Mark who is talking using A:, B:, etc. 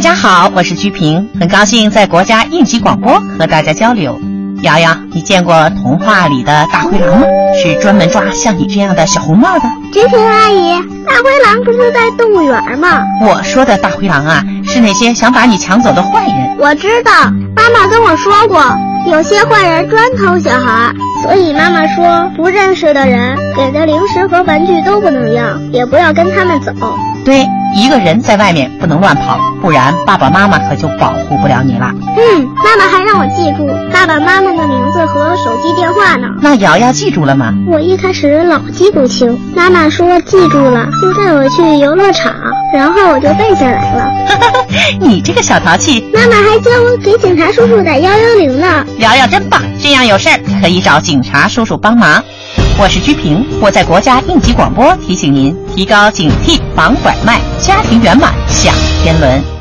A: 家好，我是鞠萍，很高兴在国家应急广播和大家交流。瑶瑶，你见过童话里的大灰狼吗？是专门抓像你这样的小红帽的。
B: 菊萍阿姨，大灰狼不是在动物园吗？
A: 我说的大灰狼啊，是那些想把你抢走的坏人。
B: 我知道，妈妈跟我说过，有些坏人专偷小孩，所以妈妈说，不认识的人给的零食和玩具都不能要，也不要跟他们走。
A: 对，一个人在外面不能乱跑，不然爸爸妈妈可就保护不了你了。
B: 嗯，妈妈还让我记住爸爸妈妈的名字和手机电话呢。
A: 那瑶瑶记住了吗？
B: 我一开始老记不清，妈妈说记住了，就带我去游乐场，然后我就背下来了。
A: 你这个小淘气，
B: 妈妈还教我给警察叔叔打幺幺零呢。
A: 瑶瑶真棒，这样有事儿可以找警察叔叔帮忙。我是鞠萍，我在国家应急广播提醒您提高警惕，防拐卖，家庭圆满享天伦。